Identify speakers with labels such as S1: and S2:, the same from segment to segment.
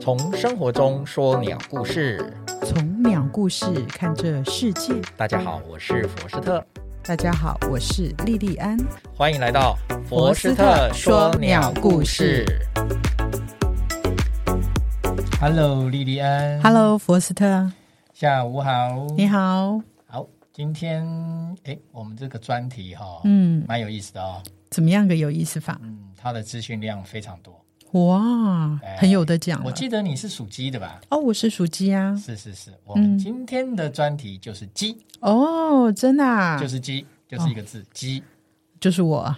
S1: 从生活中说鸟故事。
S2: 从鸟故事看这世界。
S1: 大家好，我是佛斯特，
S2: 大家好，我是莉莉安。
S1: 欢迎来到
S2: 佛斯特说鸟故事。
S1: Hello，莉莉安。
S2: Hello，佛斯特，
S1: 下午好。
S2: 你好。
S1: 好，今天哎，我们这个专题哈、
S2: 嗯，
S1: 蛮有意思的哦。
S2: 怎么样个有意思法？
S1: 嗯，它的资讯量非常多。
S2: 哇
S1: 哎，
S2: 很有得讲了。
S1: 我记得你是属鸡的吧？
S2: 哦，我是属鸡啊。
S1: 是是是，我们今天的专题就是鸡，
S2: 哦，真的、啊，
S1: 就是鸡，就是一个字鸡。
S2: 就是我。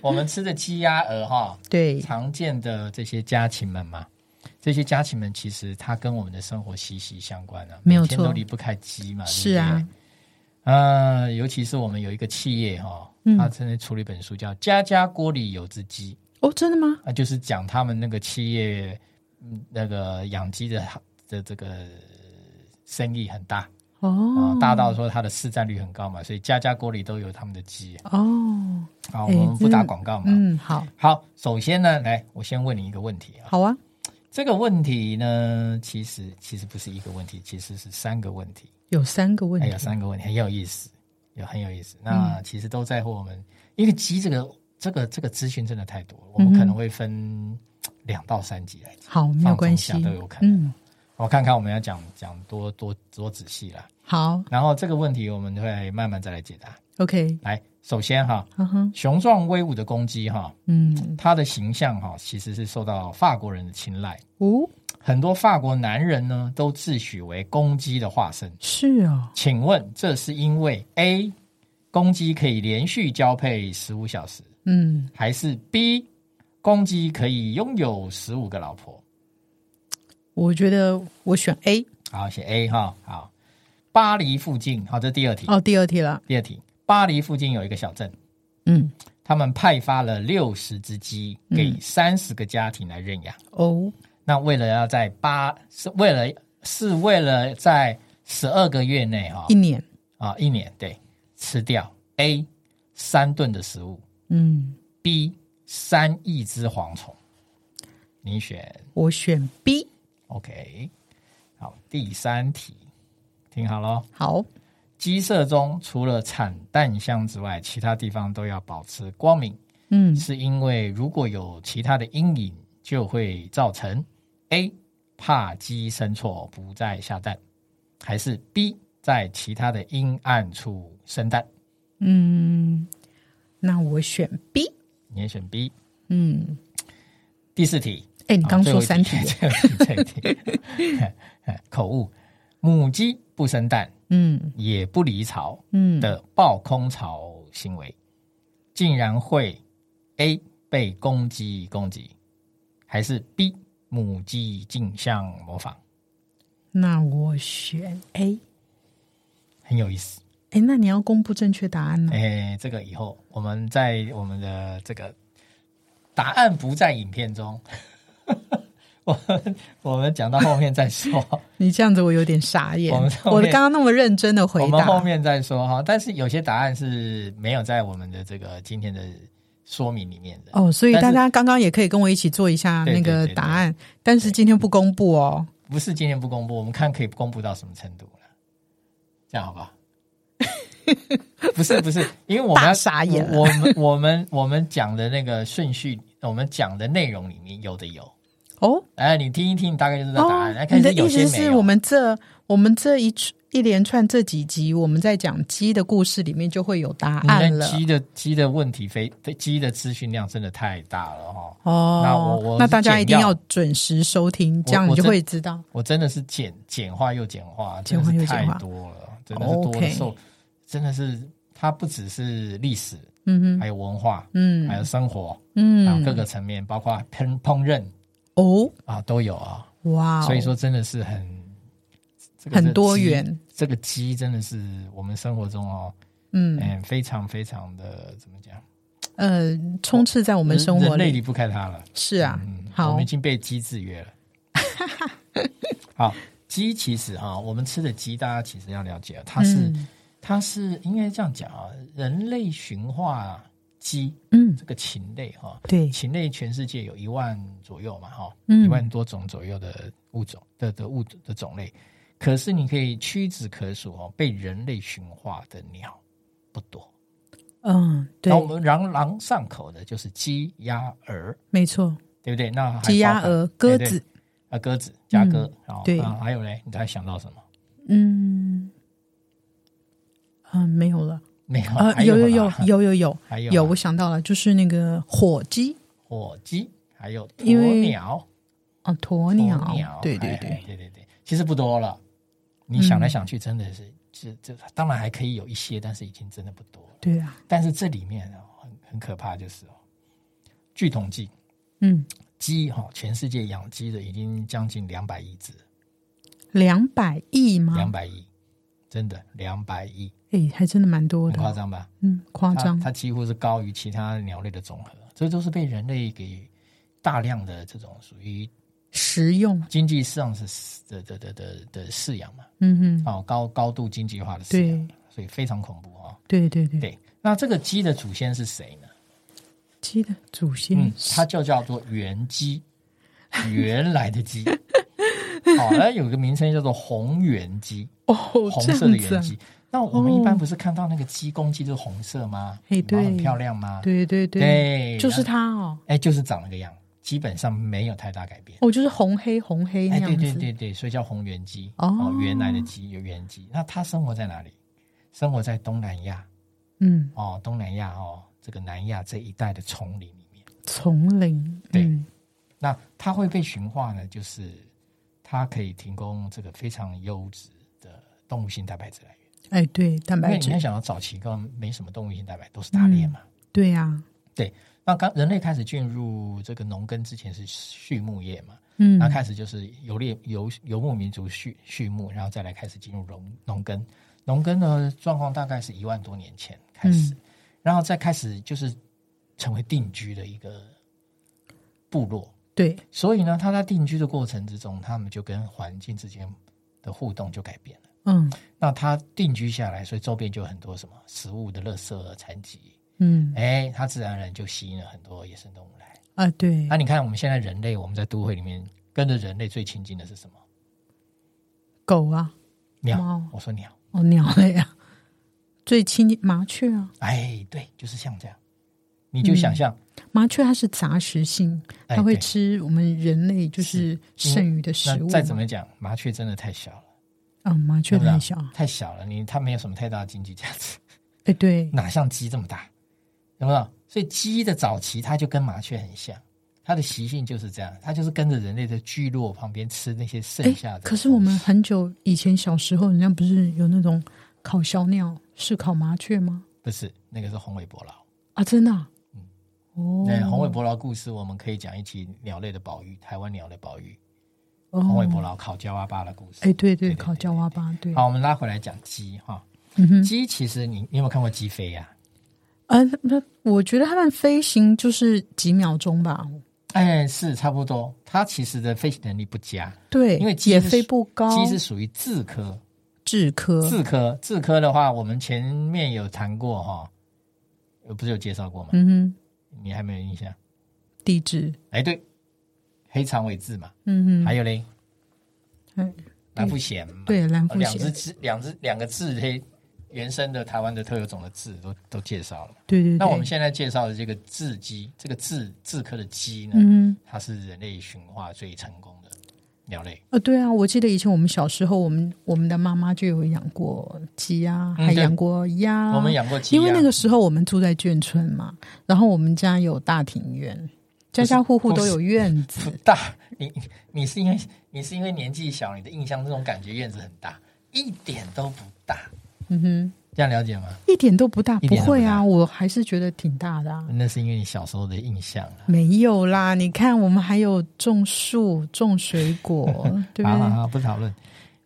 S1: 我们吃的鸡鸭鹅哈，
S2: 对，
S1: 常见的这些家禽们嘛，这些家禽们其实它跟我们的生活息息相关啊，
S2: 没有
S1: 每天
S2: 错
S1: 都离不开鸡嘛。
S2: 是啊
S1: 对不对。呃，尤其是我们有一个企业哈、
S2: 嗯
S1: 他曾经出了一本书叫《家家锅里有只鸡
S2: 哦，真的吗》？，
S1: 啊，就是讲他们那个企业，嗯，那个养鸡的的这个生意很大啊、
S2: 哦，
S1: 大到说它的市占率很高嘛，所以家家锅里都有他们的鸡。啊
S2: 哦，
S1: 好，我
S2: 哎
S1: 们不
S2: 真
S1: 打
S2: 的
S1: 广告嘛。
S2: 嗯，好，
S1: 好，首先呢，来，我先问你一个问题啊。
S2: 好啊，
S1: 这个问题呢，其实其实不是一个问题，其实是三个问题，
S2: 有哎三个问
S1: 还
S2: 题嗯
S1: 有，三个问题很有意思，有很有意思。那其实都在乎我们，因为鸡这个这个这个资讯真的太多了，我们可能会分两到三集来讲，
S2: 好，嗯没有关系
S1: 放松一下都有可。能
S2: 嗯，
S1: 我看看我们要讲讲多多多仔细啦。
S2: 好
S1: 然后这个问题我们会慢慢再来解答。
S2: ，OK，
S1: 来，首先哈，
S2: 嗯哼，
S1: 雄壮威武的公鸡哈，
S2: 嗯，
S1: 它的形象哈，其实是受到法国人的青睐。
S2: 哦，
S1: 很多法国男人呢都自诩为公鸡的化身。
S2: 是哦，
S1: 请问这是因为 A 公鸡可以连续交配十五小时，
S2: 嗯，
S1: 还是 B 公鸡可以拥有十五个老婆？
S2: 我觉得我选 A。
S1: 好，写 A 哈。好，巴黎附近，好，这第二题。
S2: 哦，第二题了，
S1: 第二题，巴黎附近有一个小镇，
S2: 嗯，
S1: 他们派发了六十只鸡给三十个家庭来认养。
S2: 哦，
S1: 那为了要在八，是为了是为了在十二个月内哈、
S2: 一年，
S1: 啊，一年对，吃掉 A 三吨的食物
S2: 嗯，
S1: ，B 三亿只蝗虫，你选
S2: 我选 B。
S1: OK。好，第三题，听好喽。
S2: 好，
S1: 鸡舍中除了产蛋箱之外，其他地方都要保持光明，
S2: 嗯，
S1: 是因为如果有其他的阴影，就会造成 A 怕鸡生错不再下蛋，还是 B 在其他的阴暗处生蛋？
S2: 嗯，那我选 B。
S1: 你也选 B。
S2: 嗯，
S1: 第四题，
S2: 哎，你刚
S1: 啊
S2: 说三题，
S1: 最后一题最后一题，最后一题口误。母鸡不生蛋，
S2: 嗯
S1: 也不离巢
S2: 嗯，
S1: 的抱空巢行为，竟然会 A 被公鸡攻击，还是 B 母鸡竞相模仿？
S2: 那我选 A。
S1: 很有意思。
S2: 哎，那你要公布正确答案呢？
S1: 哎，这个以后我们在我们的这个答案不在影片中， 我们我们讲到后面再说。
S2: 你这样子我有点傻眼
S1: 我们，后
S2: 我
S1: 面
S2: 刚刚那么认真 的回
S1: 我们后
S2: 答，
S1: 面再说哈，但是有些答案是没有在我们的这个今天的说明里面的。
S2: 哦，所以
S1: 但
S2: 大
S1: 是
S2: 家刚刚也可以跟我一起做一下
S1: 对
S2: 那
S1: 对
S2: 个
S1: 对
S2: 答
S1: 对
S2: 案，但是今天不公布哦。
S1: 不是今天不公布，我们看可以公布到什么程度了，这样好不好？不是不是，因为我们要
S2: 大傻眼了
S1: 我我们我们我们讲的那个顺序，我们讲的内容里面有的有，
S2: 哦
S1: 哎，你听一听，你大概就知道答案。来
S2: 哦，
S1: 看
S2: 你
S1: 是
S2: 的
S1: 有
S2: 意
S1: 些
S2: 思
S1: 没
S2: 是
S1: 有
S2: 我们这我们这一出一连串这几集我们在讲鸡的故事里面就会有答
S1: 你
S2: 案
S1: 的
S2: 了。
S1: 鸡的鸡的问题非鸡的资讯量真的太大了哈、哦。
S2: 哦，
S1: 那我我
S2: 大家一定
S1: 简
S2: 要
S1: 要
S2: 准时收听，这样
S1: 我
S2: 你就
S1: 真
S2: 会知道。
S1: 我真的是简简化又简化，
S2: 简
S1: 真
S2: 化
S1: 的
S2: 又
S1: 是
S2: 简
S1: 太
S2: 化
S1: 多了，真的是多的
S2: OK
S1: 受，真的是它不只是历史，
S2: 嗯哼，
S1: 还有文化，还
S2: 嗯
S1: 有生活，还有
S2: 嗯，
S1: 各个层面，包括烹烹饪
S2: 哦，
S1: 啊都有啊。
S2: 哇哦，
S1: 所以说真的是很这个
S2: 很
S1: 是
S2: 多
S1: 鸡，
S2: 元，
S1: 这个鸡真的是我们生活中哦，
S2: 嗯
S1: 嗯，非常非常的怎么讲，
S2: 呃，充斥在我
S1: 我
S2: 们生活
S1: 人类
S2: 里。
S1: 离不开它了。
S2: 是啊
S1: 嗯，，我
S2: 好
S1: 们已，经被鸡制约 了。好，鸡其实哈、我们吃的鸡，大家其啊实要了解，它是、
S2: 嗯
S1: 它是应该这样讲啊，人类驯化鸡
S2: 嗯，
S1: 这个禽类哈、
S2: 对，
S1: 禽类全世界有一万左右嘛哈，
S2: 嗯
S1: 一万多种左右的物种的的物的种类，可是你可以屈指可数哦，被人类驯化的鸟不多。
S2: 嗯，对
S1: 那，我们朗朗上口的就是鸡、鸭、鹅，
S2: 没错，
S1: 对不对？那还
S2: 鸡、鸭、
S1: 包含
S2: 鹅、鸽
S1: 对对
S2: 子，
S1: 啊，鸽子、鸭鸽，然后
S2: 对
S1: 啊还有嘞，你还想到什么？
S2: 嗯，嗯，没有了。
S1: 没有，
S2: 啊，
S1: 哦还
S2: 有
S1: 有
S2: 有有
S1: 吗，
S2: 有有有
S1: 还有啊
S2: 有，
S1: 吗
S2: 我想到了，就是那个火鸡
S1: 火鸡，还有
S2: 因
S1: 鸵
S2: 为
S1: 鸟，
S2: 啊，
S1: 鸵
S2: 鸵鸟，
S1: 鸟，
S2: 对
S1: 哎
S2: 对嗯
S1: 哎
S2: 对，
S1: 对对对，其实不多了。你想来想去，真的是这这当然还可以有一些，但是已经真的不多了。
S2: 对啊，
S1: 但是这里面哦很很可怕，就是哦，据统计，
S2: 嗯，
S1: 鸡哈，全世界养鸡的已经将近两百亿只，
S2: 两百亿
S1: 两
S2: 吗？
S1: 百亿，真的两百亿，
S2: 哎，还真的蛮多
S1: 很夸
S2: 的，
S1: 张吧？
S2: 嗯，夸张
S1: 它，它几乎是高于其他鸟类的总和，这都是被人类给大量的这种属于
S2: 实用，
S1: 经济上是的的的的的饲养嘛，
S2: 嗯哼，
S1: 哦，高高度经济化的饲养，
S2: 对
S1: 所以非常恐怖啊、
S2: 对对对，
S1: 对，那这个鸡的祖先是谁呢？
S2: 鸡的祖
S1: 嗯
S2: 先，
S1: 它就叫做原鸡，原来的鸡。好、那有个名称叫做红原鸡，
S2: 哦，
S1: 红
S2: 这
S1: 色的
S2: 样子
S1: 原
S2: 啊，
S1: 鸡。那我们一般
S2: 哦
S1: 不是看到那个鸡公鸡就是红色吗？
S2: 嘿
S1: 然后很
S2: 对
S1: 漂亮吗？
S2: 对对对，
S1: 对，
S2: 就是
S1: 然后
S2: 它哦，
S1: 哎，就是长那个样，基本上没有太大改变。
S2: 哦，就是红黑红黑那
S1: 哎，
S2: 样
S1: 对
S2: 子，
S1: 对对对，所以叫红原鸡
S2: 哦
S1: 原来的鸡有原鸡。那它生活在哪里？生活在东南亚
S2: 嗯，
S1: 哦，东南亚哦，这个南亚这一带的丛林里面。
S2: 丛林，
S1: 对
S2: 嗯
S1: 那它会被驯化呢，就是它可以提供这个非常优质的动物性蛋白质来源。
S2: 哎，对，蛋
S1: 因
S2: 白
S1: 为你
S2: 质嗯
S1: 要，想到早期根本没什么动物性蛋白，都是打猎嘛。
S2: 对啊呀，
S1: 那刚人类开始进入这个农耕之前是畜牧业嘛，
S2: 嗯
S1: 那开始就是游猎游游牧民族畜畜牧，然后再来开始进入农农耕。农耕的状况大概是一万多年前开始，然后再开始就是成为定居的一个部落。
S2: 对，
S1: 所以呢，他在定居的过程之中，他们就跟环境之间的互动就改变了。
S2: 嗯
S1: 那他定居下来，所以周边就有很多什么食物的垃圾、残疾，
S2: 嗯
S1: 哎，他自然而然就吸引了很多野生动物来。
S2: 啊，对
S1: 那、，你看，我们现在人类，我们在都会里面跟着人类最亲近的是什么？
S2: 狗啊，
S1: 鸟
S2: 猫。
S1: 我说鸟，
S2: 哦，鸟类啊，最亲近麻雀啊，
S1: 哎，对，就是像这样。你就想象，
S2: 麻雀它是杂食性，
S1: 哎
S2: 嗯它会
S1: 对
S2: 吃我们人类就是剩余的食
S1: 那
S2: 物。
S1: 再怎么讲，麻雀真的太小了，
S2: 嗯，麻雀
S1: 对不对啊
S2: 太小，
S1: 太小了，你它没有什么太大的经济价值。
S2: 哎，对，
S1: 哪像鸡这么大？有没有？所以鸡的早期它就跟麻雀很像，它的习性就是这样，它就是跟着人类的聚落旁边吃那些剩下的
S2: 哎，
S1: 东西。
S2: 可是我们很久以前小时候，人家不是有那种烤小鸟是烤麻雀吗？
S1: 不是那个是红尾伯劳。
S2: 啊，真的、啊，哦，
S1: 那红尾伯劳故事我们可以讲一起鸟类的保育，台湾鸟类保育，红尾
S2: 哦，
S1: 伯劳烤焦阿巴的故事。
S2: 哎，对
S1: 对对
S2: 对，烤焦蛙巴，对，
S1: 好，我们拉回来讲鸡哈。
S2: 嗯哼，
S1: 鸡其实你你有没有看过鸡飞呀、
S2: 啊，那那我觉得它们飞行就是几秒钟吧，
S1: 哎，是差不多。它其实的飞行能力不佳，
S2: 对，
S1: 因为鸡
S2: 也
S1: 是
S2: 飞不高，
S1: 鸡是属于雉科，
S2: 雉科，
S1: 自科自科的话，我们前面有谈过哈，呃不是有介绍过吗？
S2: 嗯哼，
S1: 你还没有印象？
S2: 地质，
S1: 哎，对，黑长尾雉嘛，
S2: 嗯哼。
S1: 还有嘞，
S2: 嗯，
S1: 蓝腹鹇嘛，
S2: 对蓝
S1: 哦
S2: 腹
S1: 两只
S2: 鹇，
S1: 雉，两只两个雉黑原生的台湾的特有种的雉都都介绍了。
S2: 对对对。
S1: 那我们现在介绍的这个雉鸡，这个雉雉科的鸡呢，
S2: 嗯，
S1: 它是人类驯化最成功的鸟类。
S2: 呃，对啊，我记得以前我们小时候，我们我们的妈妈就有养过鸡啊，
S1: 嗯
S2: 还
S1: 对
S2: 养过鸭。
S1: 我们养过鸡、啊，
S2: 因为那个时候我们住在眷村嘛，然后我们家有大庭院，家家户户都有院
S1: 不
S2: 子。
S1: 大，你你你是因为你是因为年纪小，你的印象这种感觉院子很大，一点都不大，
S2: 嗯哼，
S1: 这样了解吗？
S2: 一点都不大，
S1: 一
S2: 不
S1: 点都不大嗯
S2: 会啊，我还是觉得挺大的啊。
S1: 那是因为你小时候的印象啊了。
S2: 没有啦，你看我们还有种树、种水 果，对不
S1: 好好
S2: 对？
S1: 好，不讨论。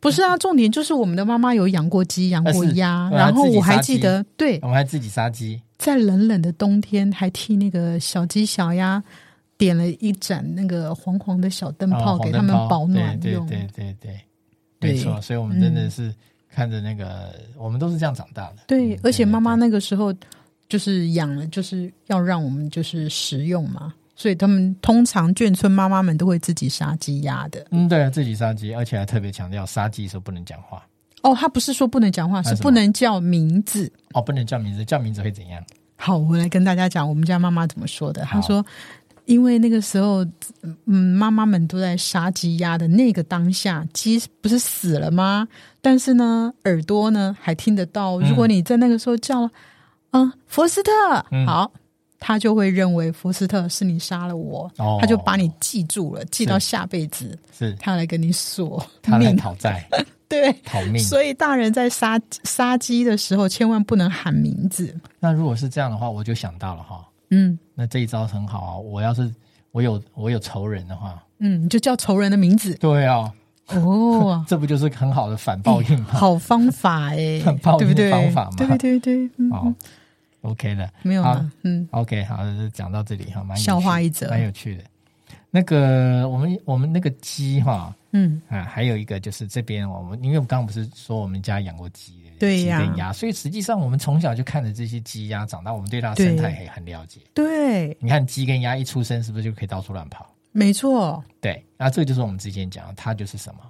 S2: 不是啊，重点就是我们的妈妈有养过鸡、养
S1: 呃
S2: 过
S1: 是
S2: 鸭，
S1: 对啊
S2: 然后
S1: 自己
S2: 我还
S1: 杀
S2: 记
S1: 鸡
S2: 得，对，
S1: 我们还自己杀鸡，
S2: 在冷冷的冬天，还替那个小鸡小鸭点了一盏那个黄黄的小灯
S1: 然后
S2: 泡，给
S1: 啊红哦灯
S2: 他们
S1: 泡
S2: 保暖
S1: 对
S2: 用。
S1: 对对对对，
S2: 对嗯
S1: 没错。所以我们真的是看着那个，我们都是这样长大的。嗯
S2: 对而且妈妈那个时候就是养了，就是要让我们就是食用嘛。所以他们通常眷村妈妈们都会自己杀鸡鸭的。
S1: 嗯，对啊，自己杀鸡，而且还特别强调杀鸡的时候不能讲话
S2: 哦，他不是说不能讲话，
S1: 那
S2: 是
S1: 什
S2: 不
S1: 么
S2: 能叫名字。
S1: 哦，不能叫名字，叫名字会怎样？
S2: 好，我来跟大家讲我们家妈妈怎么说的。她
S1: 好
S2: 说，因为那个时候，嗯，妈妈们都在杀鸡鸭的那个当下，鸡不是死了吗？但是呢，耳朵呢还听得到。
S1: 嗯
S2: 如果你在那个时候叫了，嗯，佛斯特，
S1: 嗯
S2: 好，他就会认为佛斯特是你杀了我，
S1: 哦
S2: 他就把你记住了，记到下辈子，
S1: 是
S2: 他来跟你索
S1: 他来
S2: 命。
S1: 讨 债、
S2: 对，
S1: 讨命。
S2: 所以大人在杀杀鸡的时候，千万不能喊名字。
S1: 那如果是这样的话，我就想到了哈，
S2: 嗯。
S1: 那这一招很好啊。我要是我有我有仇人的话，
S2: 嗯，你就叫仇人的名字
S1: 对啊，，
S2: 哦
S1: 这不就是很好的反报应吗？
S2: 好方法哎、
S1: 很棒的
S2: 对不对？
S1: 方法嘛啊
S2: 对对对，嗯，
S1: 好 o k 了，
S2: 没有
S1: 好
S2: 了，嗯，
S1: 哦 OK，好，就讲到这里哈，蛮有趣
S2: 笑话一则
S1: 蛮有趣的。那个我们我们那个鸡哈
S2: 嗯，
S1: 啊，还有一个就是这边我们，因为我们刚刚不是说我们家养过鸡的，
S2: 对呀
S1: 鸡跟鸭，所以实际上我们从小就看着这些鸡鸭长大，我们对它的生态也很了解。
S2: 对，
S1: 你看鸡跟鸭一出生是不是就可以到处乱跑？
S2: 没错，
S1: 对，那这个就是我们之前讲的，它就是什么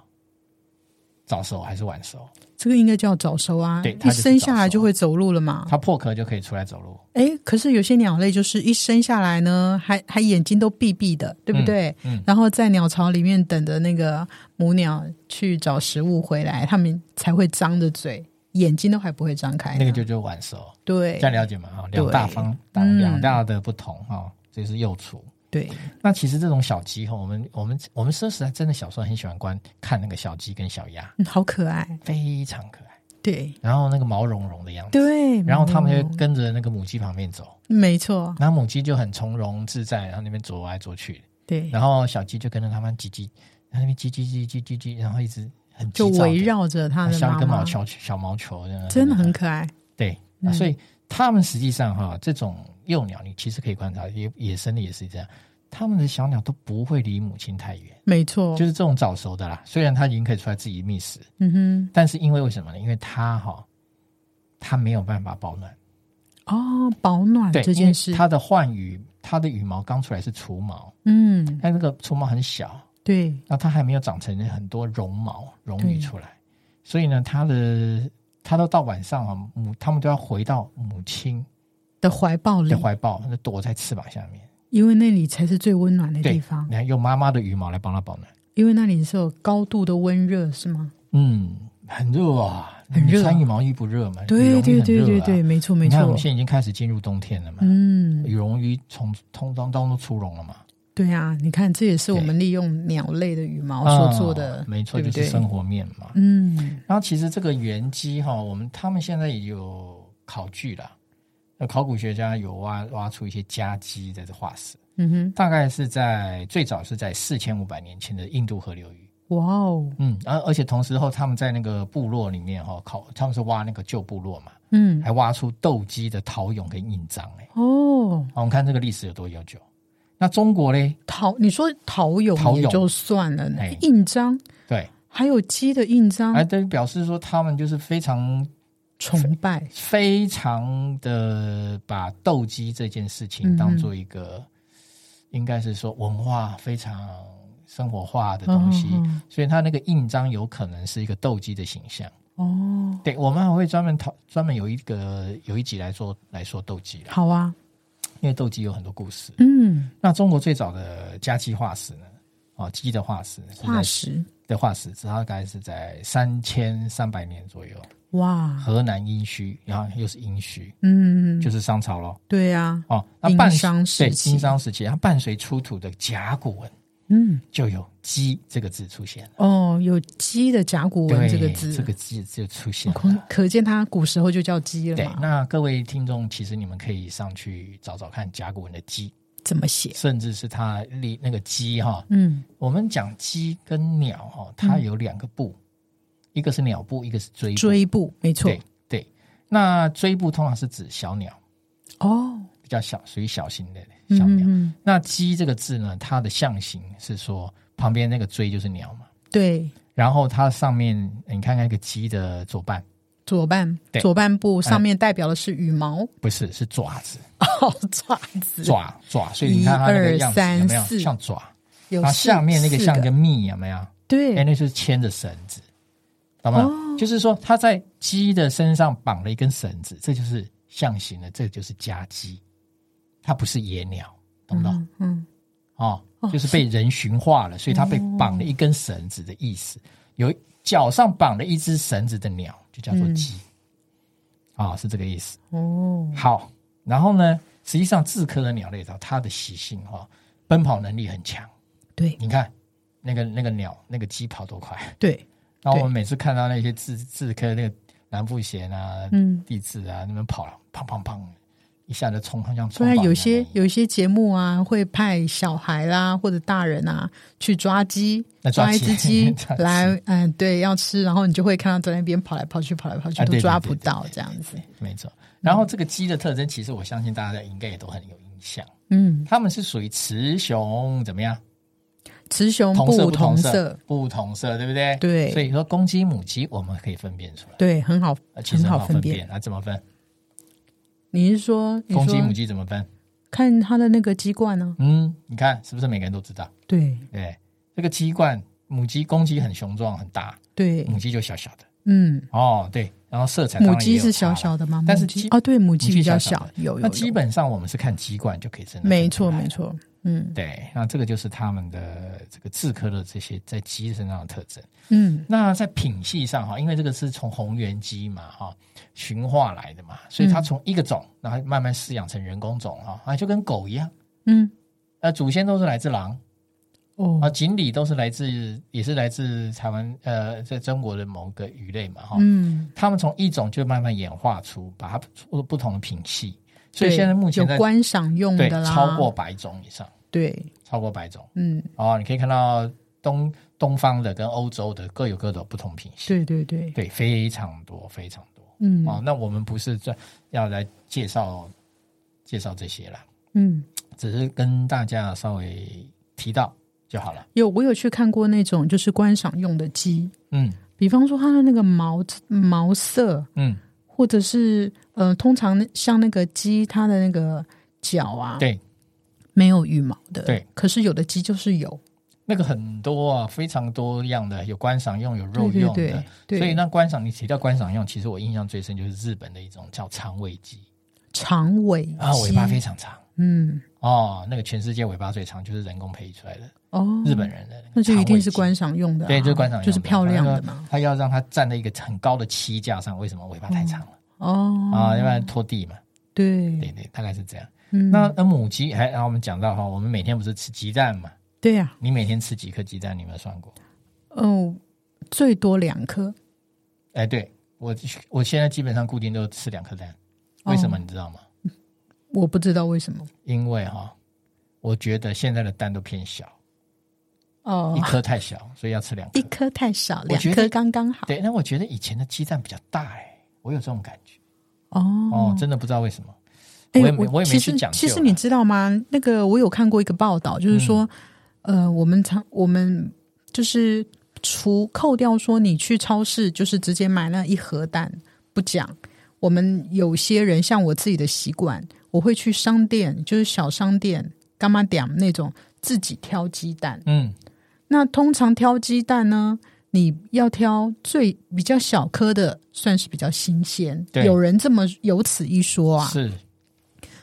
S1: 早熟还是晚熟，
S2: 这个应该叫早熟啊，
S1: 对它
S2: 一
S1: 就是
S2: 生下来
S1: 早熟
S2: 就会走路了嘛。
S1: 它破壳就可以出来走路，
S2: 哎，可是有些鸟类就是一生下来呢，还还眼睛都闭闭的，对不对？
S1: 嗯嗯
S2: 然后在鸟巢里面等着那个母鸟去找食物回来，它们才会张着嘴，眼睛都还不会张开呢。
S1: 那个就叫晚熟。
S2: 哎对
S1: 这样了解嘛？哈，两
S2: 对
S1: 大方
S2: 嗯
S1: 当两大的不同哈，这是幼雏。
S2: 对，
S1: 那其实这种小鸡哈，我们我们我们说实在，真的小时候很喜欢观看那个小鸡跟小鸭，
S2: 嗯，好可爱，
S1: 非常可爱。
S2: 对
S1: 然后那个毛茸茸的样子，
S2: 对。
S1: 然后它们就
S2: 嗯
S1: 跟着那个母鸡旁边走，
S2: 没错，
S1: 然后母鸡就很从容自在，然后那边走来走去，
S2: 对，
S1: 然后小鸡就跟着它们叽叽，然后那边叽叽叽叽叽叽，然后一直很
S2: 就
S1: 急躁地
S2: 围绕着他的
S1: 像
S2: 妈
S1: 一根毛
S2: 妈，
S1: 球小毛球这样，
S2: 真的很可嗯爱。
S1: 对，那所以他们实际上哈，这种幼鸟你其实可以观察，野野生的也是这样，他们的小鸟都不会离母亲太远，
S2: 没错，
S1: 就是这种早熟的啦。虽然它已经可以出来自己觅食，
S2: 嗯
S1: 但是因为为什么呢？因为它哈，它没有办法保暖。
S2: 哼，哦，保暖
S1: 对
S2: 这件事
S1: 因为，它的换羽，它的羽毛刚出来是雏毛，
S2: 嗯，
S1: 但那个雏毛很小，
S2: 对，
S1: 那它还没有长成很多绒毛绒
S2: 对
S1: 羽出来，所以呢，它的它都到晚上啊，母它们都要回到母亲
S2: 的怀抱里
S1: 的，怀抱，那躲在翅膀下面。
S2: 因为那里才是最温暖的
S1: 对
S2: 地方
S1: 你，看，用妈妈的羽毛来帮它保暖。
S2: 因为那里是有高度的温热，是吗？
S1: 嗯，很热啊，
S2: 很热
S1: 你穿羽毛衣不热吗？羽绒
S2: 对
S1: 衣
S2: 对
S1: 很
S2: 对
S1: 热啊
S2: 对对，。没错没
S1: 你看，我
S2: 错
S1: 们，现在已经开始进入冬天了嘛，
S2: 嗯，
S1: 羽绒衣从通通通都出绒了嘛，
S2: 对啊，你看，这也是我们利用鸟类的羽毛所做哦的
S1: 啊，没错，
S2: 对
S1: 就
S2: 不
S1: 是
S2: 对？
S1: 生活面嘛。
S2: 嗯，
S1: 然后其实这个原鸡哈，我们他们现在也有考据了，那考古学家有挖挖出一些家鸡的化石，
S2: 嗯哼，
S1: 大概是在最早是在四千五百年前的印度河流域。
S2: 哇哦，
S1: 嗯，而而且同时后，他们在那个部落里面哈、哦，考他们是挖那个旧部落嘛，
S2: 嗯，
S1: 还挖出斗鸡的陶俑跟印章哎、
S2: 哦，
S1: 好我们看这个历史有多悠久。那中国嘞，
S2: 陶，你说陶
S1: 陶
S2: 俑也
S1: 俑
S2: 就算了
S1: 哎，
S2: 印章
S1: 对，
S2: 还有鸡的印章
S1: 还，等于表示说他们就是非常
S2: 崇拜，
S1: 非常的把斗鸡这件事
S2: 嗯
S1: 情
S2: 哼
S1: 当做一个，应该是说文化非常生活化的东西，
S2: 嗯嗯
S1: 所以它那个印章有可能是一个斗鸡的形象。
S2: 哦，
S1: 对，我们还会专门讨专门有一个有一集来说来说斗鸡啦，
S2: 好啊，
S1: 因为斗鸡有很多故事。
S2: 嗯，
S1: 那中国最早的家鸡化石呢？哦，鸡的化石，是在
S2: 化石，
S1: 的化石，大概是在三千三百年左右，
S2: 哇，
S1: 河南殷墟，然后又是殷墟，
S2: 嗯，
S1: 就是商朝咯。
S2: 对啊，
S1: 哦，那伴
S2: 殷商时
S1: 对
S2: 期
S1: 殷商时期，它伴随出土的甲骨文
S2: 嗯，
S1: 就有“鸡”这个字出现了。
S2: 哦，有鸡的甲骨文
S1: 对
S2: 这个字，
S1: 这个字就出现
S2: 可
S1: 了。
S2: 可见它古时候就叫鸡了
S1: 对，
S2: 嘛？
S1: 那各位听众，其实你们可以上去找找看甲骨文的“鸡”，
S2: 怎么写？
S1: 甚至是它立那个鸡哈、
S2: 嗯，
S1: 我们讲鸡跟鸟哈、它有两个部，一个是鸟部，一个是椎部。
S2: 嗯追步，没错，
S1: 对对，那椎部通常是指小鸟，
S2: 哦，
S1: 比较小，属于小型的
S2: 嗯
S1: 小
S2: 嗯
S1: 鸟。
S2: 嗯，
S1: 那鸡这个字呢，它的象形是说旁边那个椎就是鸟嘛，
S2: 对，
S1: 然后它上面你看看那个鸡的左半，
S2: 左半
S1: 对哎
S2: 左半部上面代表的是羽毛，
S1: 不是是爪子，
S2: 哦，爪子，
S1: 爪啊爪，所以你看它那个样子
S2: 一二三
S1: 有没有
S2: 四
S1: 像爪？
S2: 有
S1: 然后
S2: 四
S1: 下面那个
S2: 四
S1: 像个蜜有没有？
S2: 对
S1: 哎，那就是牵着绳子，懂吗？就是说它在鸡的身上绑了一根绳子，这就是象形的，这就是家鸡，它不是野鸟，懂不懂？
S2: 嗯嗯，
S1: 哦，就是被人驯化了，所以它被绑了一根绳子的意思。有脚上绑了一只绳子的鸟，就叫做鸡，啊、是这个意思。
S2: 哦，
S1: 好，然后呢，实际上雉科的鸟类，它的习性哈、哦，奔跑能力很强。
S2: 对
S1: 你看那个那个鸟，那个鸡跑多快。
S2: 对，
S1: 然后我们每次看到那些雉雉科那个蓝腹鹇啊、
S2: 嗯
S1: 地雉啊，那边跑了，砰砰砰，一下就冲，像
S2: 虽
S1: 冲。
S2: 然啊有些有些节目啊，会派小孩啦或者大人啊去抓鸡
S1: 那，抓
S2: 抓一
S1: 鸡
S2: 只鸡
S1: 抓鸡
S2: 来，嗯，对，要吃，然后你就会看到在那边跑来跑去，跑来跑去
S1: 啊
S2: 都
S1: 对对
S2: 抓
S1: 对
S2: 不
S1: 对
S2: 到这样子。
S1: 没错。然后这个鸡的特征，其实我相信大家应该也都很有印象，
S2: 嗯，
S1: 它们是属于雌雄怎么样？
S2: 雌雄
S1: 同色不
S2: 同
S1: 同不同色，对不对？
S2: 对
S1: 所以说公鸡母鸡我们可以分辨出来，
S2: 对，很好
S1: 呃，其
S2: 很
S1: 实很
S2: 好
S1: 好分
S2: 分
S1: 辨。。那、怎么分？
S2: 你是说，你
S1: 公鸡母
S2: 说
S1: 鸡怎么分？
S2: 看它的那个鸡冠呢？
S1: 嗯，你看是不是每个人都知道？
S2: 对
S1: 对，这个鸡冠，母鸡公鸡很雄壮很大，
S2: 对，
S1: 母鸡就小小的。
S2: 嗯，
S1: 哦，对，然后色彩
S2: 母
S1: 当然也
S2: 鸡
S1: 有
S2: 是
S1: 差
S2: 小
S1: 了
S2: 小的吗？
S1: 但是
S2: 母鸡
S1: 鸡
S2: 哦，对，母鸡
S1: 鸡
S2: 比较
S1: 小小
S2: 小
S1: 的，
S2: 有有
S1: 那
S2: 有，
S1: 基本上我们是看鸡冠就可以真的分
S2: 没
S1: 出
S2: 错
S1: 来
S2: 没错，嗯
S1: 对，那这个就是他们的这个雉科的这些在鸡身上的特征。
S2: 嗯
S1: 那在品系上哈，因为这个是从红原鸡嘛哈驯化来的嘛，所以它从一个种，然后慢慢饲养成人工种哈，啊就跟狗一样，
S2: 嗯，
S1: 呃祖先都是来自狼
S2: 哦
S1: 啊，，锦鲤都是来自也是来自台湾呃在中国的某个鱼类嘛哈，
S2: 嗯，
S1: 它们从一种就慢慢演化出把它出不同的品系，所以
S2: 对
S1: 现在目前在
S2: 有观赏用
S1: 对
S2: 的啦，
S1: 超过百种以上，
S2: 对，
S1: 超过百种。
S2: 嗯，
S1: 哦，你可以看到东东方的跟欧洲的各有各的不同品系，
S2: 对对对，
S1: 对，非常多非常多。
S2: 嗯
S1: 哦，那我们不是这要来介绍介绍这些啦，
S2: 嗯，
S1: 只是跟大家稍微提到就好了。
S2: 有我有去看过那种就是观赏用的鸡，
S1: 嗯
S2: 比方说它的那个毛毛色，
S1: 嗯，
S2: 或者是呃，通常像那个鸡，它的那个脚啊，
S1: 对，
S2: 没有羽毛的，
S1: 对，
S2: 可是有的鸡就是有，
S1: 那个很多啊，非常多样的，有观赏用，有
S2: 对
S1: 肉
S2: 对
S1: 用的。
S2: 对对，
S1: 所以那观赏，你提到观赏用，其实我印象最深就是日本的一种叫长尾鸡
S2: 长尾
S1: 啊，尾巴
S2: 鸡
S1: 非常长
S2: 嗯
S1: 哦，那个全世界尾巴最长就是人工培育出来的
S2: 哦，
S1: 日本人的
S2: 那就一
S1: 长尾
S2: 定是
S1: 鸡
S2: 观赏用的啊、
S1: 对，就是观赏用的
S2: 就是漂亮的嘛，。
S1: 他要让它站在一个很高的栖架上，为什么尾巴太长了、
S2: 哦
S1: 啊？要不然拖地嘛。对
S2: 对，
S1: 对，大概是这样。
S2: 嗯，
S1: 那那母鸡，还然后我们讲到哈，我们每天不是吃鸡蛋嘛？
S2: 对啊呀、
S1: 你每天吃几颗鸡蛋？你有没有算过？
S2: 哦，最多两颗，
S1: 哎，对我我现在基本上固定都吃两颗蛋，
S2: 哦
S1: 为什么你知道吗？
S2: 我不知道为什么
S1: 因为哈，我觉得现在的蛋都偏小，一
S2: 哦，
S1: 颗太小，所以要吃两颗
S2: 一。颗太少，
S1: 我
S2: 两
S1: 觉得
S2: 颗刚刚好
S1: 对，那我觉得以前的鸡蛋比较大哎、我有这种感觉
S2: 哦
S1: 哦，真的不知道为什么。
S2: 哎
S1: 我也没我也没
S2: 其
S1: 去
S2: 实
S1: 讲究
S2: 其实
S1: 啦
S2: 你知道吗？那个我有看过一个报道，就是说，
S1: 嗯
S2: 呃，我们常我们就是除扣掉说你去超市就是直接买那一盒蛋不讲，我们有些人像我自己的习惯，我会去商店，就是小商店、干妈点那种自己挑鸡蛋。
S1: 嗯，
S2: 那通常挑鸡蛋呢，你要挑最比较小颗的，算是比较新鲜。
S1: 对
S2: 有人这么有此一说啊。
S1: 是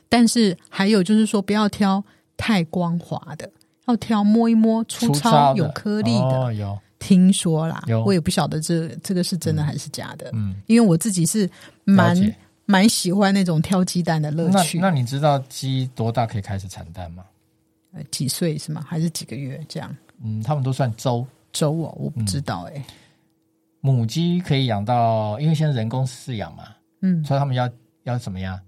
S2: 但是还有就是说，不要挑太光滑的，要挑摸一摸粗糙
S1: 的
S2: 有颗粒的。
S1: 哦，有
S2: 听说啦
S1: 有，
S2: 我也不晓得这这个是真的还是假的，
S1: 嗯，
S2: 因为我自己是
S1: 了
S2: 蛮
S1: 解。
S2: 蛮喜欢那种挑鸡蛋的乐
S1: 那
S2: 趣。
S1: 那你知道鸡多大可以开始产蛋吗？
S2: 呃几岁是吗？还是几个月这样？
S1: 嗯，他们都算周。
S2: 周我我
S1: 嗯
S2: 不知道哎、
S1: 母鸡可以养到，因为现在人工饲养嘛，
S2: 嗯，
S1: 所以他们要要怎么样？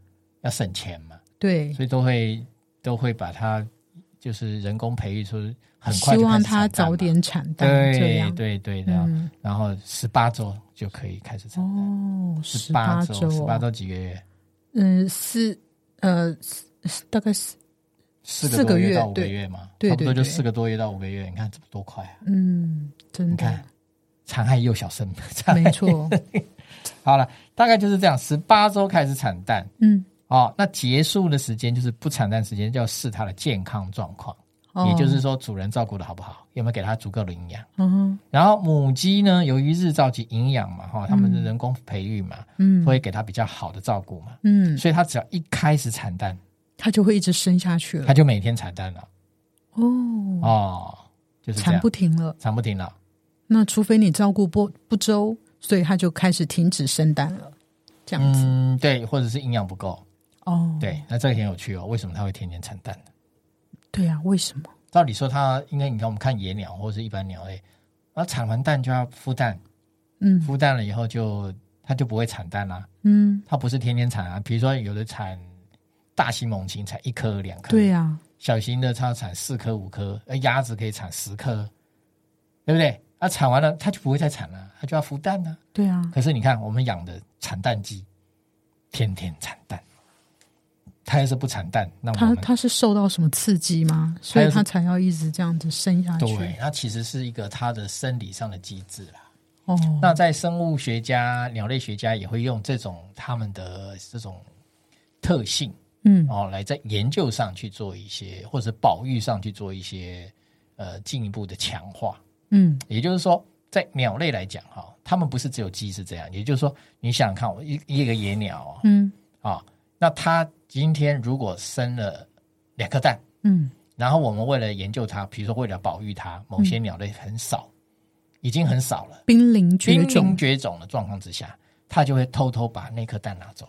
S1: 要省钱嘛，
S2: 对，
S1: 所以都会都会把它就是人工培育出，很快
S2: 希
S1: 就开
S2: 望
S1: 始产
S2: 它
S1: 蛋
S2: 早
S1: 嘛
S2: 点产蛋，这
S1: 对
S2: 样
S1: 对对的、
S2: 嗯
S1: 然后十八周就可以开始产蛋，
S2: 哦，
S1: 十
S2: 十
S1: 八
S2: 八
S1: 周，十
S2: 哦
S1: 八周几个月？
S2: 嗯，四呃四大概是
S1: 四
S2: 四
S1: 个
S2: 个
S1: 多
S2: 月
S1: 月到五个
S2: 对
S1: 月嘛，
S2: 对
S1: 差不多
S2: 对
S1: 就
S2: 对
S1: 四个多月到五个月。你看这多快啊！
S2: 嗯，真
S1: 你
S2: 的
S1: 看残害幼小生，残害
S2: 没 错，
S1: 好了，大概就是这样，十八周开始产蛋
S2: 嗯，
S1: 哦，那结束的时间就是不产蛋时间，就要视它的健康状况，
S2: 哦
S1: 也就是说主人照顾的好不好，有没有给它足够的营养。
S2: 嗯
S1: 然后母鸡呢，由于日照及营养嘛，哈、它们的人工培育嘛，
S2: 嗯
S1: 会给它比较好的照顾嘛，
S2: 嗯，
S1: 所以它只要一开始产蛋，
S2: 它就会一直生下去
S1: 它
S2: 了，
S1: 就每天产蛋了，
S2: 哦，
S1: 哦，就是这
S2: 产
S1: 样
S2: 不，停了。
S1: 产不停了。
S2: 那除非你照顾不不周，所以它就开始停止生蛋了，这样子、
S1: 嗯，对，或者是营养不够，
S2: 哦。
S1: 对，那这个很有趣哦。为什么它会天天产蛋呢？
S2: 对啊，为什么？
S1: 照理说它应该，你看我们看野鸟或者是一般鸟类，然后产完蛋就要孵蛋，
S2: 嗯
S1: 孵蛋了以后就它就不会产蛋啦、
S2: 嗯，
S1: 它不是天天产啊。比如说有的产大型猛禽产一颗两颗，
S2: 对啊，
S1: 小型的它产四颗五颗，呃，鸭子可以产十颗，对不对？它、产完了，它就不会再产了，啊它就要孵蛋呢、
S2: 对啊，
S1: 可是你看，我们养的产蛋鸡，天天产蛋，它要是不产蛋，那我
S2: 它
S1: 们
S2: 它是受到什么刺激吗？所以
S1: 还有
S2: 它才要一直这样子生下
S1: 对
S2: 去。，
S1: 它其实是一个它的生理上的机制啦。
S2: 哦，
S1: 那在生物学家、鸟类学家也会用这种他们的这种特性
S2: 嗯
S1: 哦，来在研究上去做一些，或者是保育上去做一些呃进一步的强化。
S2: 嗯
S1: 也就是说，在鸟类来讲哈、它们不是只有鸡是这样，也就是说，你想想看，我一一个野鸟哦
S2: 嗯
S1: 啊、那它今天如果生了两颗蛋，
S2: 嗯
S1: 然后我们为了研究它，比如说为了保育它，某
S2: 嗯
S1: 些鸟类很少，已经很少了，
S2: 濒临绝
S1: 濒临
S2: 种，
S1: 绝种的状况之下，它就会偷偷把那颗蛋拿走，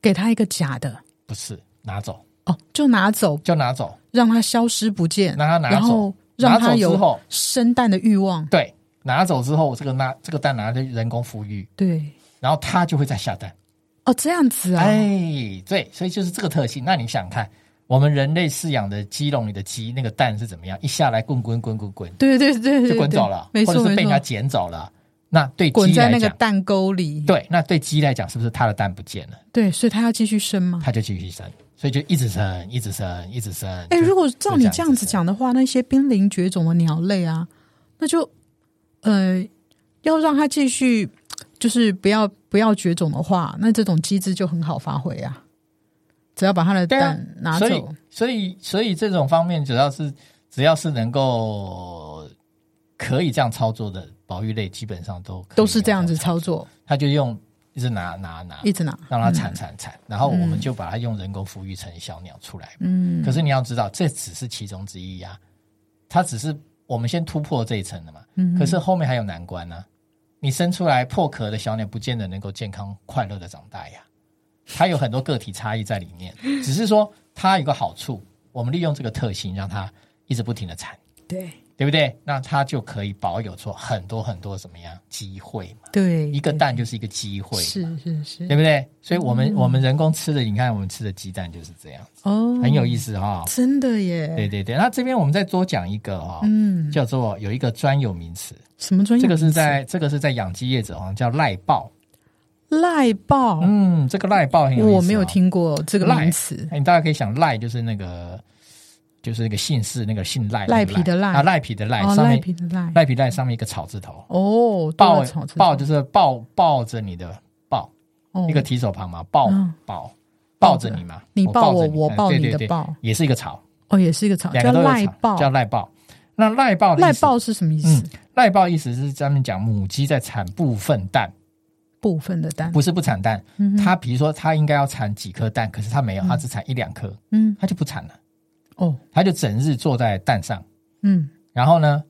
S2: 给它一个假的
S1: 不是拿走
S2: 哦，就拿走，
S1: 就拿走，
S2: 让它消失不见，
S1: 让它拿走
S2: 然后
S1: 拿
S2: 让它
S1: 走之
S2: 有
S1: 后，
S2: 生蛋的欲望。
S1: 对，拿走之后，这个拿这个蛋拿去人工孵育，
S2: 对，
S1: 然后它就会再下蛋。
S2: 哦，这样子啊，
S1: 哎，对，所以就是这个特性。那你想想看，我们人类饲养的鸡笼里的鸡，那个蛋是怎么样？一下来滚滚滚滚滚，
S2: 对对对对，
S1: 就滚
S2: 对
S1: 走了，
S2: 没错
S1: 或者是被
S2: 没
S1: 人家
S2: 错，
S1: 捡走了。那对
S2: 滚
S1: 鸡
S2: 在那
S1: 来
S2: 个
S1: 讲，
S2: 蛋沟里。
S1: 对，那对鸡来讲，是不是它的蛋不见了，
S2: 对，所以它要继续生嘛。
S1: 它就继续生，所以就一直生，一直生，一直生。
S2: 哎，
S1: 就
S2: 如果照你
S1: 就
S2: 这样子
S1: 生
S2: 讲的话，那些濒临绝种的鸟类啊，那就呃，要让它继续，就是不要不要绝种的话，那这种机制就很好发挥啊。只要把它的
S1: 对啊
S2: 蛋拿
S1: 所以
S2: 走，，
S1: 所以，所以这种方面，只要是只要是能够可以这样操作的保育类，基本上都可以
S2: 都是这样子
S1: 用
S2: 操作，
S1: 它就用一直拿拿拿，
S2: 一直拿。
S1: 让它产产产，然后我们就把它用人工孵育成小鸟出来。
S2: 嗯
S1: 可是你要知道，这只是其中之一呀、它只是我们先突破这一层了嘛。
S2: 嗯
S1: 可是后面还有难关呢、你生出来破壳的小鸟，不见得能够健康快乐的长大呀。它有很多个体差异在里面，只是说它有个好处，我们利用这个特性，让它一直不停的产，
S2: 对
S1: 对不对？那它就可以保有出很多很多怎么样机会嘛？
S2: 对，
S1: 一个蛋就是一个机会嘛，
S2: 是是是
S1: 对不对？所以我
S2: 嗯
S1: 们、我们人工吃的，你看我们吃的鸡蛋就是这样，
S2: 哦，
S1: 很有意思哈、
S2: 真的耶。
S1: 对对对，那这边我们再多讲一个哈、
S2: 嗯，
S1: 叫做有一个专有名词，
S2: 什么专业
S1: 这
S2: 名
S1: 个
S2: 词？
S1: 是在这个是在养鸡业者好像叫赖豹。
S2: 赖爆，
S1: 嗯，这个赖豹很有意思、
S2: 哦我没有。听过这个
S1: 赖
S2: 名词。
S1: 哎，你大家可以想，赖就是那个就是那个姓氏那个姓赖，
S2: 赖皮的赖
S1: 啊，赖皮的赖，
S2: 哦，
S1: 上
S2: 赖
S1: 面
S2: 皮的赖。
S1: 赖皮赖上面一个草字头，
S2: 哦，
S1: 抱
S2: 多草字头
S1: 抱就是抱抱着你的抱，
S2: 哦
S1: 一个提手旁嘛，抱
S2: 嗯
S1: 抱抱着你嘛，
S2: 你抱
S1: 我
S2: 我，
S1: 着
S2: 我
S1: 哎
S2: 抱
S1: 对
S2: 你
S1: 对
S2: 的
S1: 对
S2: 抱，
S1: 也是一个草，
S2: 哦，也是一个草，
S1: 两
S2: 叫
S1: 个都
S2: 赖
S1: 有草，
S2: 抱。
S1: 叫赖豹。那赖豹的意
S2: 赖
S1: 思
S2: 抱是什么意思
S1: 嗯？赖豹意思是专门讲母鸡在产部分蛋，
S2: 部分的蛋
S1: 不，是不产蛋。
S2: 嗯哼
S1: 它比如说它应该要产几颗蛋，可是它没有，它只产一两颗，
S2: 嗯，
S1: 它就不产了，
S2: 哦，
S1: 它就整日坐在蛋上，
S2: 嗯，
S1: 然后呢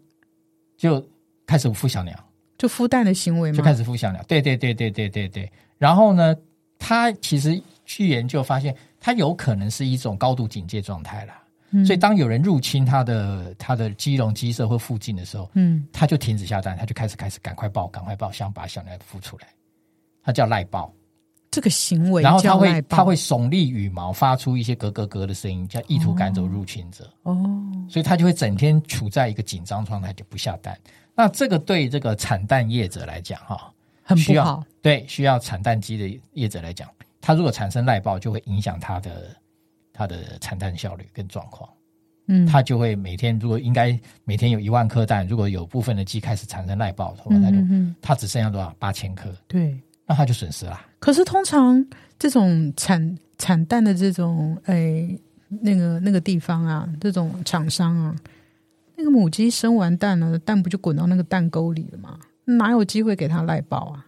S1: 就开始孵小鸟，
S2: 就孵蛋的行为
S1: 就
S2: 嘛
S1: 开。始孵
S2: 嗯
S1: 小鸟。对对对对对对对。然后呢，它其实去研究发现，它有可能是一种高度警戒状态啦。
S2: 嗯
S1: 所以当有人入侵它的它的鸡笼、鸡舍或附近的时候，
S2: 嗯，
S1: 它就停止下蛋，它就开始开始赶快抱，赶快抱，想把小鸟孵出来。它叫赖抱，
S2: 这个行为
S1: 然后它
S2: 叫
S1: 会
S2: 赖
S1: 它
S2: 抱
S1: 会。耸立羽毛，发出一些咯咯咯的声音，叫意图赶走入侵者。
S2: 哦，
S1: 所以它就会整天处在一个紧张状态，就不下蛋。那这个对这个产蛋业者来讲，哈，
S2: 很
S1: 需
S2: 不
S1: 要
S2: 好。
S1: 对需要产蛋鸡的业者来讲，它如果产生赖爆，就会影响它的它的产蛋效率跟状况。
S2: 嗯，
S1: 它就会每天如果应该每天有一万颗蛋，如果有部分的鸡开始产生赖爆头，
S2: 嗯
S1: 它就
S2: 嗯嗯
S1: 它只剩下多少八千颗，
S2: 对。
S1: 那它就损失啦。
S2: 可是通常这种产产蛋的这种诶、那个那个地方啊，这种厂商啊，那个母鸡生完蛋了，蛋不就滚到那个蛋沟里了吗？哪有机会给它赖爆啊？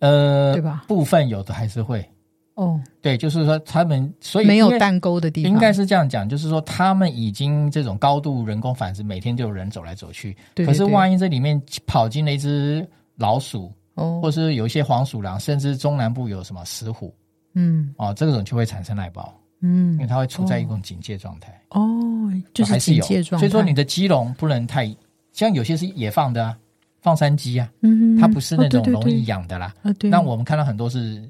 S1: 呃
S2: 对，吧？
S1: 部分有的还是会，
S2: 哦，
S1: 对，就是说他们所以
S2: 没有
S1: 因为
S2: 蛋沟的地方，
S1: 应该是这样讲，就是说他们已经这种高度人工繁殖，每天就有人走来走去。
S2: 对对
S1: 可是
S2: 对
S1: 万一这里面跑进了一只老鼠，
S2: 哦，
S1: 或是有一些黄鼠狼，甚至中南部有什么石虎
S2: 嗯
S1: 哦，这种就会产生赖包，因为
S2: 嗯，
S1: 它会处在一种警戒状态，
S2: 哦，就
S1: 还
S2: 是
S1: 是
S2: 警
S1: 有。
S2: 戒状
S1: 所
S2: 态。
S1: 以说你的鸡笼不能太像有些是野放的啊，放山鸡啊，
S2: 嗯，嗯，嗯
S1: 它不是那种容易
S2: 哦
S1: 养的啦。
S2: 对对对啊，对。
S1: 那我们看到很多是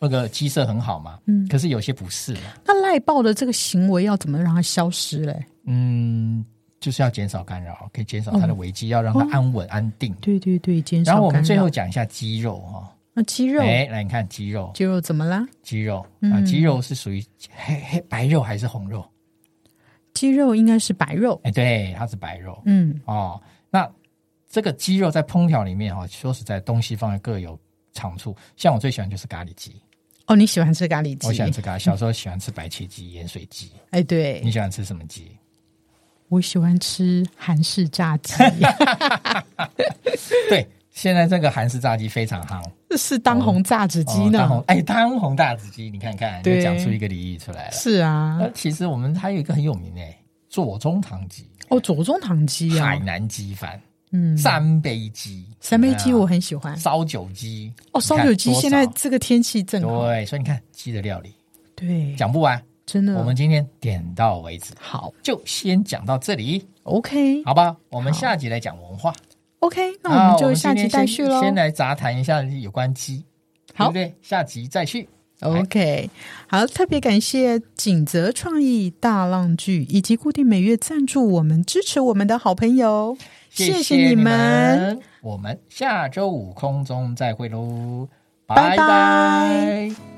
S1: 那个鸡舍很好嘛，
S2: 嗯
S1: 可是有些不是嘛，
S2: 那赖爆的这个行为要怎么让它消失嘞？
S1: 嗯，就是要减少干扰，可以减少它的危机，要让它安稳安定。
S2: 对对对，哦减少
S1: 然后我
S2: 干
S1: 们
S2: 扰
S1: 最后讲一下鸡肉哈，
S2: 那鸡肉，
S1: 哎，来你看鸡肉，
S2: 鸡肉怎么啦？
S1: 鸡肉啊，
S2: 嗯
S1: 鸡肉是属于黑黑白肉还是红肉？
S2: 鸡肉应该是白肉，
S1: 哎，对，它是白肉
S2: 嗯
S1: 哦。那这个鸡肉在烹调里面哈，说实在，东西方各有长处。像我最喜欢就是咖喱鸡，
S2: 哦，你喜欢吃咖喱鸡？
S1: 我喜欢吃咖喱。小时候喜欢吃白切鸡、盐水鸡。
S2: 哎，
S1: 你
S2: 对，
S1: 喜欢吃什么鸡？
S2: 我喜欢吃韩式炸 鸡，
S1: 对，现在这个韩式炸鸡非常夯。
S2: 是当红炸子鸡
S1: 哦当
S2: 呢。
S1: 红哎，当红大子鸡，你看看，就
S2: 对
S1: 讲出一个俚语出来了。
S2: 是啊，
S1: 那其实我们还有一个很有名哎，左宗棠鸡、
S2: 哦，左宗棠鸡啊
S1: 海，南鸡饭、
S2: 嗯，
S1: 三杯鸡、
S2: 三杯鸡我
S1: 啊
S2: 很喜欢。
S1: 烧酒鸡
S2: 哦，烧酒鸡
S1: 你看多少
S2: 现在这个天气正好，
S1: 对，所以你看鸡的料理
S2: 对，
S1: 讲不完，
S2: 真的
S1: 我们今天点到为止，
S2: 好
S1: 就先讲到这里，
S2: ，OK
S1: 好吧？我们
S2: 好
S1: 下集来讲文化，
S2: OK，那
S1: 啊
S2: 我们就下
S1: 今
S2: 集
S1: 天
S2: 待
S1: 先
S2: 续喽。
S1: 先来杂谈一下有关鸡，对
S2: 好
S1: 不对？下集再续。
S2: OK，好，特别感谢锦泽创意大浪剧以及固定每月赞助我们、支持我们的好朋友，谢
S1: 谢
S2: 你
S1: 你
S2: 们，，
S1: 我们下周五空中再会喽，
S2: 拜拜
S1: 拜